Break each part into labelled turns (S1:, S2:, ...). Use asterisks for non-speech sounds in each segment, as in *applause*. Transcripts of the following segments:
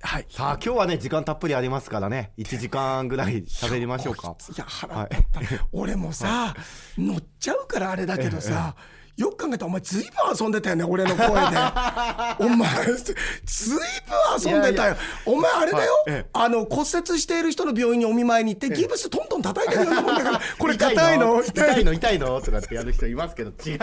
S1: はい
S2: さあ今日はね時間たっぷりありますからね1時間ぐらい喋りましょうか
S1: こいついや *laughs* 腹立った、俺もさ、乗っちゃうからあれだけどさ、よく考えたらお前ずいぶん遊んでたよね俺の *laughs* 声でお前ずいぶん遊んでたよお前あれだよ、
S2: はいええ
S1: あの骨折している人の病院にお見舞いに行ってギブストントン叩いてるようなもんだから *laughs* これ硬いの
S2: 痛いの痛いのとかってやる人いますけど違う違う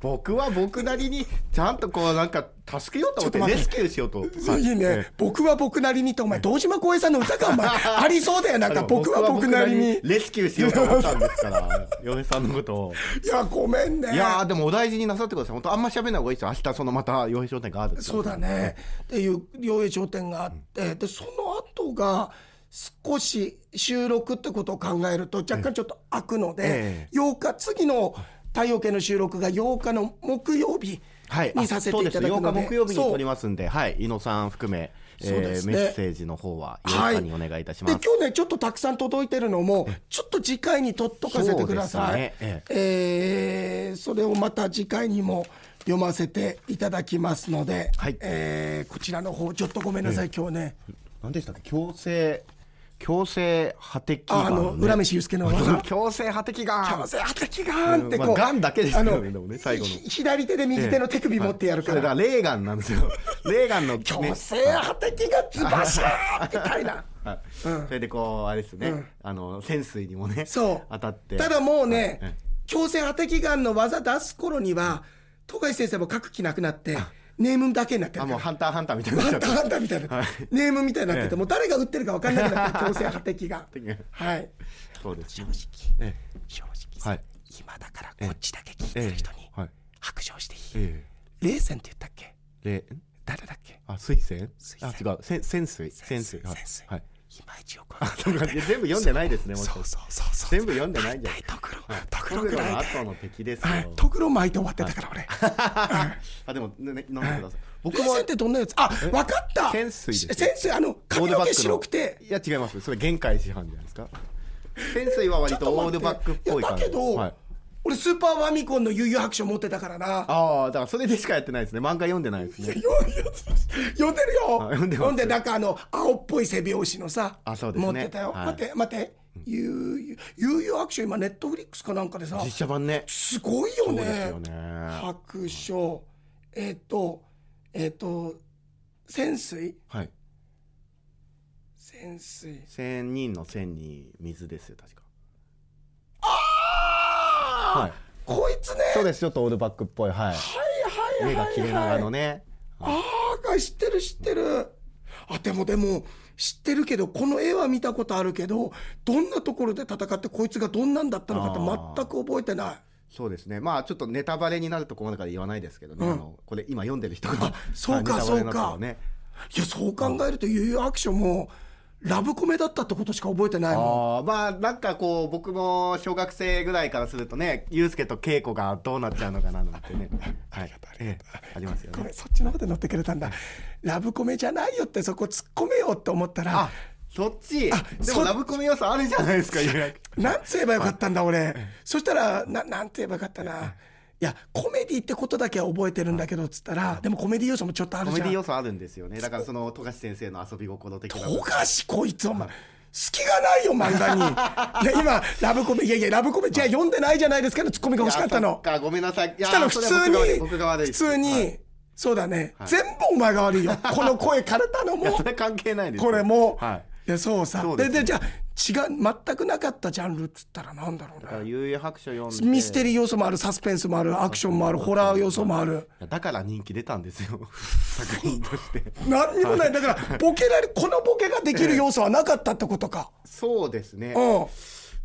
S2: 僕は僕なりにちゃんとこうなんか助けようと思って
S1: ちょっと待っ
S2: レ
S1: て
S2: スキューしようと
S1: いいね、僕は僕なりにってお前堂島光平さんの歌かお前 *laughs* ありそうだよなんか僕は僕なりに
S2: レスキューしようと思ったんですから嫁さんのこ
S1: *laughs*
S2: とを
S1: いやごめんね
S2: いやーでもお大事になさってください本当あんま喋んない方がいいですよ明日そのまた洋平商店があるって
S1: そうだね。っていう両営商店があって、でその後が少し収録ってことを考えると若干ちょっと開くので
S2: え、
S1: 8日次の太陽系の収録が8日の木曜日
S2: はい、
S1: にさせていただく
S2: そう
S1: の
S2: で
S1: で、
S2: す8日木曜日に
S1: そう
S2: 撮りますんで、はい、井野さん含め、え
S1: そうです
S2: ー
S1: ね
S2: メッセージの方は
S1: は
S2: 8日にお願いいたします。
S1: で今日ねちょっとたくさん届いてるのもちょっと次回に取っとかせてください、
S2: そうですね
S1: えーそれをまた次回にも読ませていただきますので、
S2: はい
S1: えーこちらの方ちょっとごめんなさい、今日ね
S2: 何でしたっけ強制強制破敵
S1: ああ
S2: 眼、ね、
S1: の浦飯祐介の技
S2: *laughs* 強制破敵
S1: 強
S2: 眼
S1: 制あたきがんってこう、
S2: うんまあガンだけですよね
S1: あの
S2: でもね最後の
S1: ひ左手で右手の手首持ってやるから、
S2: それがレーガンな
S1: *laughs*
S2: んですよレーガンの、ね、
S1: 強制あたきがズバシャーみたい
S2: *laughs*
S1: な
S2: はいそれでこうあれですね、あの潜水にもね
S1: そう
S2: 当たって
S1: ただもうね、
S2: はい
S1: 強制あたきがんの技出す頃には富樫先生も書く気なくなってネームだけになって
S2: あ
S1: る
S2: も
S1: か
S2: う
S1: ら
S2: ハンターハンターみたいにな
S1: ハ
S2: っちゃ
S1: ン
S2: っ
S1: タ
S2: た
S1: ーハンターみたいになって
S2: はい
S1: ネームみたいになってて、
S2: ええ
S1: もう誰が打ってるか分かんなく
S2: *laughs*
S1: なって強制あたきがはい
S2: そうです
S1: 正
S2: ね
S1: 直
S2: え
S1: 正直
S2: えはい
S1: 今だからこっちだけ聞いてる人に
S2: はい
S1: 白状していい、
S2: え
S1: 冷戦って言ったっけ
S2: えレーん
S1: 誰だっけ
S2: あ水仙
S1: 水仙
S2: あ違うせ潜水
S1: 潜水
S2: 潜水はい
S1: 潜水
S2: はい
S1: いまいちよくわかん
S2: そうかいや *laughs* 全部読んでないですね
S1: ない
S2: もし
S1: そう
S2: かして
S1: そうそうそう
S2: 全部読んでないんじゃない
S1: 大体トクロトク
S2: ト
S1: ロ
S2: グ
S1: ぐ
S2: ロの
S1: らい
S2: 後の敵ですよ
S1: はいトクロ巻いて終わってたから俺
S2: あでもねね飲んでください僕
S1: 冷
S2: も
S1: 戦ってどんなやつあわかった
S2: 潜水ですよ
S1: 潜水あの
S2: オー
S1: 髪
S2: ル
S1: の
S2: バック
S1: 毛
S2: の
S1: 白くて
S2: いや違いますそれ限界市販じゃないですか潜水は割とオールバックっぽい感じ
S1: やだけど、
S2: はい
S1: 俺スーパーファミコンの悠々白書持ってたからな
S2: ああだからそれでしかやってないですね漫画読んでないですね
S1: よよ読んでるよ
S2: あ読んでます
S1: んでなんかあの青っぽい背拍子のさ
S2: あそうですね
S1: 持ってたよ、
S2: はい
S1: 待って待って悠々悠々白書今ネットフリックスかなんかでさ
S2: 実写版ね
S1: すごいよね。
S2: そうですよね
S1: 白書、えっ、と、えっ、と、潜水、
S2: はい
S1: 潜水。
S2: 千人の千に水ですよ確か
S1: ああ、
S2: はい
S1: こいつね。
S2: そうですちょっとオールバックっぽいはい
S1: はいはい
S2: 目
S1: はい、
S2: が
S1: はい。
S2: 切れながらのね
S1: ああ、知ってる知ってる。あ、でもでも、知ってるけど、この絵は見たことあるけど、どんなところで戦って、こいつがどんなんだったのかって全く覚えてない。
S2: そうですねまあちょっとネタバレになるとこまでから言わないですけどね、
S1: うん
S2: あのこれ今読んでる人が
S1: そうか
S2: *laughs* はいネタバレになったらね
S1: いや、そう考えると、悠々アクションも、ラブコメだったってことしか覚えてないもん。
S2: あーまあなんかこう僕も小学生ぐらいからするとねユうスケと恵子がどうなっちゃうのかななん *laughs* てねありがとう、ええありますよ
S1: ご
S2: ね
S1: めんそっちの方で乗ってくれたんだラブコメじゃないよってそこ突っ込めようって思ったら
S2: あそっち
S1: あ
S2: で
S1: そ
S2: もラブコメ要素あるじゃないですか *laughs* 意外
S1: なんつ言えばよかったんだ俺そしたらななんて言えばよかったないやコメディってことだけは覚えてるんだけどっつったらでもコメディ要素もちょっとあ
S2: と
S1: る
S2: コメ
S1: じゃ
S2: ディ
S1: ん
S2: 要素あるんですよねだからその富樫先生の遊び心的な
S1: 富樫こいつお前隙がないよ漫画にい
S2: *laughs*
S1: や今ラブコメいやいやラブコメじゃあ読んでないじゃないですかのツッコミが欲しかった
S2: いやそ
S1: の
S2: っかごめんなさいいや
S1: したら普通
S2: それは僕が悪い
S1: に
S2: 僕が悪い
S1: 普通
S2: はい
S1: にそうだね全部お前が悪いよこの声枯れたの
S2: いや
S1: も
S2: それ関係ないですよ
S1: これも、
S2: はい
S1: い、やそうさ
S2: そう
S1: で
S2: で
S1: ですじゃあ違う全くなかったジャンルっつったらなんだろ
S2: だか
S1: う
S2: ら
S1: ね
S2: 幽遊白書読んで
S1: ミステリー要素もあるサスペンスもあるアクションもあるホラー要素もある
S2: いやだから人気出たんですよ *laughs* 作品として
S1: 何にもないだからボケられこのボケができる要素はなかったってことか、
S2: そうですね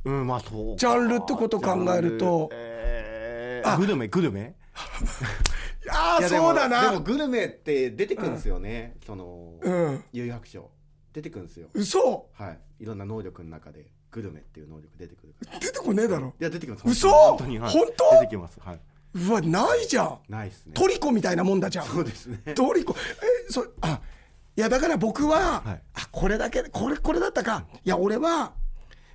S1: うん
S2: うんまあそうか
S1: ジャンルってこと考えると
S2: ジャンルえ
S1: あ
S2: ー、グルメグルメ
S1: ああ
S2: いやでも
S1: そうだ
S2: でも
S1: な
S2: グルメって出てくるんですよね、その、
S1: うん
S2: 有遊白書出てくるんですよ
S1: 嘘
S2: はいいろんな能力の中でグルメっていう能力出てくるから
S1: 出てこねえだろ
S2: いや出てきます
S1: 嘘
S2: 本当に、はい、
S1: 本当
S2: 出てきますはいう
S1: わないじゃん
S2: ないですね
S1: トリコみたいなもんだじゃん
S2: そうで
S1: *laughs*
S2: すね
S1: トリコえそあいやだから僕は、
S2: はい
S1: あこれだけこれこれだったかいや俺は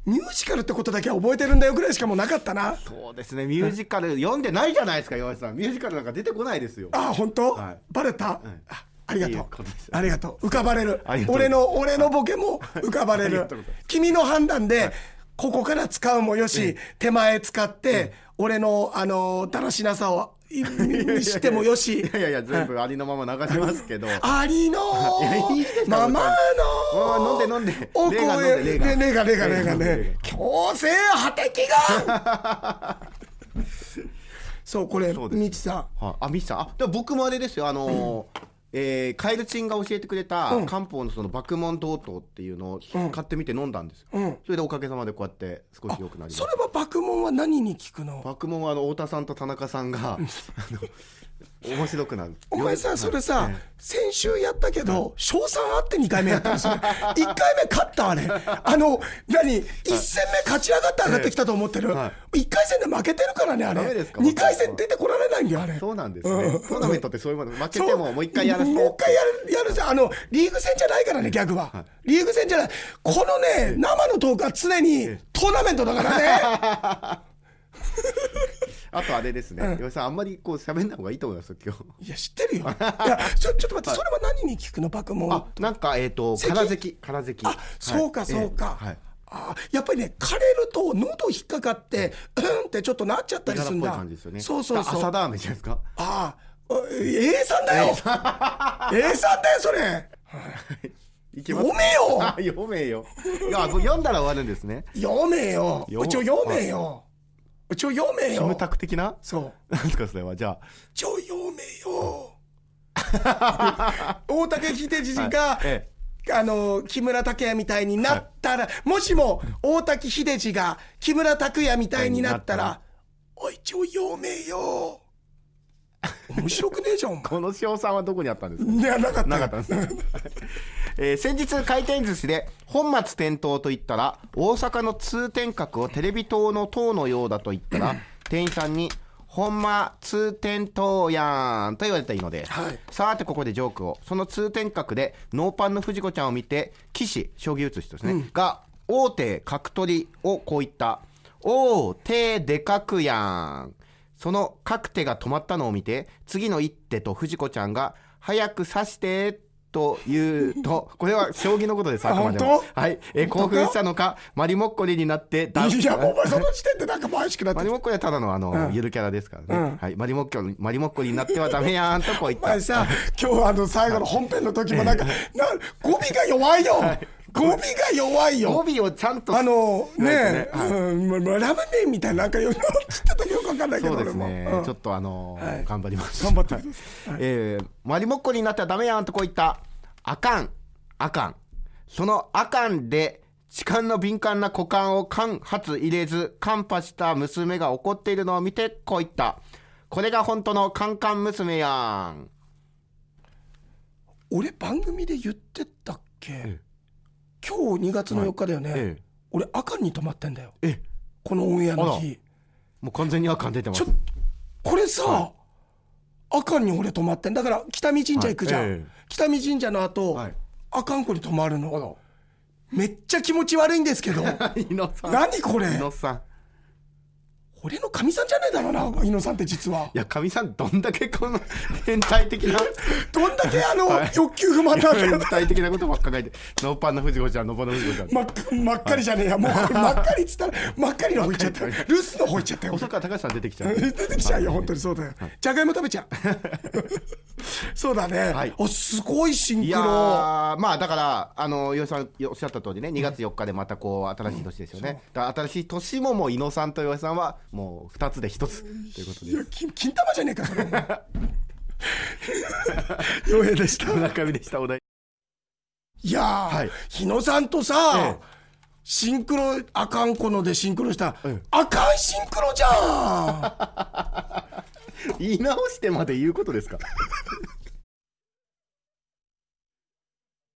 S1: ミュージカルってことだけは覚えてるんだよぐらいしかもうなかった
S2: *laughs*
S1: な
S2: そうですねミュージカル読んでないじゃないですか岩井さんミュージカルなんか出てこないですよ
S1: あ本当、
S2: はい
S1: バレた、あありがと
S2: いううことです。
S1: ありがとう。浮かばれる
S2: *laughs* ありが。とう
S1: 俺の、俺のボケも浮かばれ
S2: あり
S1: る
S2: がとうございま。
S1: 君の判断で、ここから使うもよし、手前使って、俺の、あの、だらしなさを、い *laughs* にしてもよし
S2: い、やいやいや全部ありのまま流しま
S1: *laughs*
S2: すけど
S1: ありの
S2: いやいいです
S1: ま
S2: か
S1: まの
S2: もう飲んで飲んで
S1: おこ
S2: レガ飲ん
S1: え
S2: でレ
S1: ね
S2: ガ
S1: ねがねがね
S2: レガ
S1: が
S2: 飲んでレ
S1: ね強制果てきが
S2: *laughs*
S1: そうこれ
S2: そうです
S1: みちさん
S2: はいあミスさんあでも僕もあれですよあのーえーカエルチンが教えてくれた漢方のその爆問同等っていうのを買ってみて飲んだんですよ、
S1: うん
S2: それでおかげさまでこうやって少し良くなりまし
S1: そ
S2: た
S1: れは爆問は何に効くの
S2: 爆問はあの太田さんと田中さんがあの面白くなる
S1: お前
S2: よ
S1: さ
S2: り
S1: それさ
S2: はい
S1: 先週やったけど賞賛あって2回目やったんですよ1
S2: *laughs*
S1: 回目勝ったあれあの何1戦目勝ち上がって上がってきたと思ってる1
S2: は
S1: 回戦で負けてるからねあれ
S2: ダメですか
S1: 2回戦出てこられないんだよあれ
S2: そうなんですね、トーナメントってそういうもの負けて
S1: そ
S2: ももう一回やらせて
S1: もう一回やるやるじゃんあのリーグ戦じゃないからねギャグは、リーグ戦じゃないこのね生のトークは常にトーナメントだからね
S2: *laughs* あとあれですね、岩井さんあんまりこう喋んない方がいいと思いますよ今日
S1: いや知ってるよいやちょちょっと待ってそれは何に聞くの爆問
S2: あなんかえっ、と
S1: 咳
S2: 空咳空咳
S1: あそうかそうか、
S2: はい
S1: あやっぱりね枯れると喉引っかかってうんってちょっとなっちゃったり
S2: 柄
S1: す
S2: っ
S1: るん
S2: ぽい
S1: だ
S2: 感じですよね
S1: そうそうそう
S2: 朝ラーメンじゃないですか
S1: ああ A さんだよ *laughs* A さんだよそれ
S2: いきます
S1: 読めよ
S2: あ読めよいやもう読んだら終わるんですね
S1: 読めよ
S2: 読む
S1: 一応読めよ一応読め
S2: キ
S1: よ
S2: ムタク的な
S1: そう
S2: なんですかそれはじゃ
S1: 一応読めよ *laughs* 大竹秀治
S2: あ
S1: が、
S2: え
S1: あの木村拓哉みたいになったら、もしも大竹秀治が木村拓哉みたいになったら
S2: なったら
S1: 「おい一応読め
S2: *laughs*
S1: よ」面白くねえじゃんお
S2: えこの塩さんはどこにあったんですか
S1: 前いやなかった
S2: *laughs* なかったんですね *laughs* えー先日回転寿司で本末転倒と言ったら大阪の通天閣をテレビ塔の塔のようだと言ったら店員さんに「ほんま通天塔やん」と言われたいので、
S1: はい
S2: さてここでジョークをその通天閣でノーパンの藤子ちゃんを見て棋士将棋写しですね、が大手角取りをこう言った「大手でかくやん」その各手が止まったのを見て次の一手と藤子ちゃんが「早く指して」と言うと *laughs* これは将棋のことですあくまで
S1: あ
S2: も
S1: 本、当
S2: はいえー興奮したのかマリモッコリになってダウン
S1: いやもうお前その時点でなんかもう怪しくなって
S2: マ
S1: き
S2: リ
S1: た
S2: モッコリはただのあの、ゆるキャラですからね、
S1: うん
S2: はい、マリモッコリマリモッコリになってはダメやんとこう言っ
S1: お
S2: た
S1: 前さ今日あの最後の本編の時もなんかな語尾が弱いよ語尾が弱い
S2: 語
S1: よ
S2: 尾をち *laughs* ゃんと
S1: あのね
S2: ね
S1: えうんまラムネみたいななんかよっってたかよくわかんないけ
S2: そ
S1: ど
S2: う
S1: 俺
S2: です
S1: も
S2: ね、
S1: うん
S2: ちょっとあのー
S1: はい
S2: 頑張ります
S1: 頑張ってくださ
S2: はい *laughs* えーマリモッコリになったらダメやんとこう言ったあかんあかんそのあかんで痴漢の敏感な股間を間髪入れず間髪した娘が怒っているのを見てこう言ったこれが本当のカンカン娘やん
S1: 俺番組で言ってたっけ、今日2月の4日だよね、
S2: ええ
S1: 俺赤に泊まってんだよ
S2: え
S1: このオンエアの日
S2: もう完全にあかん出てます
S1: ちょこれさ、赤に俺泊まってんだから北見神社行くじゃん、
S2: はいええ
S1: 北見神社の後、
S2: はい
S1: 赤んこに泊まるのめっちゃ気持ち悪いんですけど
S2: *laughs* 猪野さん
S1: 何これ
S2: 猪野さん
S1: 俺のかみさんじゃねえだろうな猪野さんって実はい
S2: やかみさんどんだけこの変態的
S1: *laughs*
S2: な
S1: どんだけあの、欲求不満なんだよ
S2: 具体的なことばっか書いて、ノーパンの藤子ちゃん、ノーパンの藤子ちゃん。
S1: 真っ赤真っ赤りじゃねえやもう真っ赤りっつったら真っ赤りの方行っちゃった留守の方行っちゃったよ
S2: 細川隆さん出てきちゃう。
S1: 出てきちゃうよ、本当にそうだよ。じゃがいも食べちゃう。そうだね。
S2: はい
S1: あ、すごいシン
S2: *laughs* い
S1: ク
S2: や
S1: ロ。
S2: ーまあだから、あの、岩井さんおっしゃった通りね、2月4日でまたこう、新しい年ですよね。だから新しい年ももう、伊野さんと岩井さんは、もう2つで1つということ
S1: い
S2: で。
S1: や、き金玉じゃねえか、それ。洋平でした。
S2: 村上でした、お題。
S1: いやー、
S2: はい
S1: 日野さんとさ
S2: え、
S1: シンクロ、あかんこのでシンクロした
S2: ええ。
S1: あかんシンクロじゃん
S2: 言い直してまで言うことですか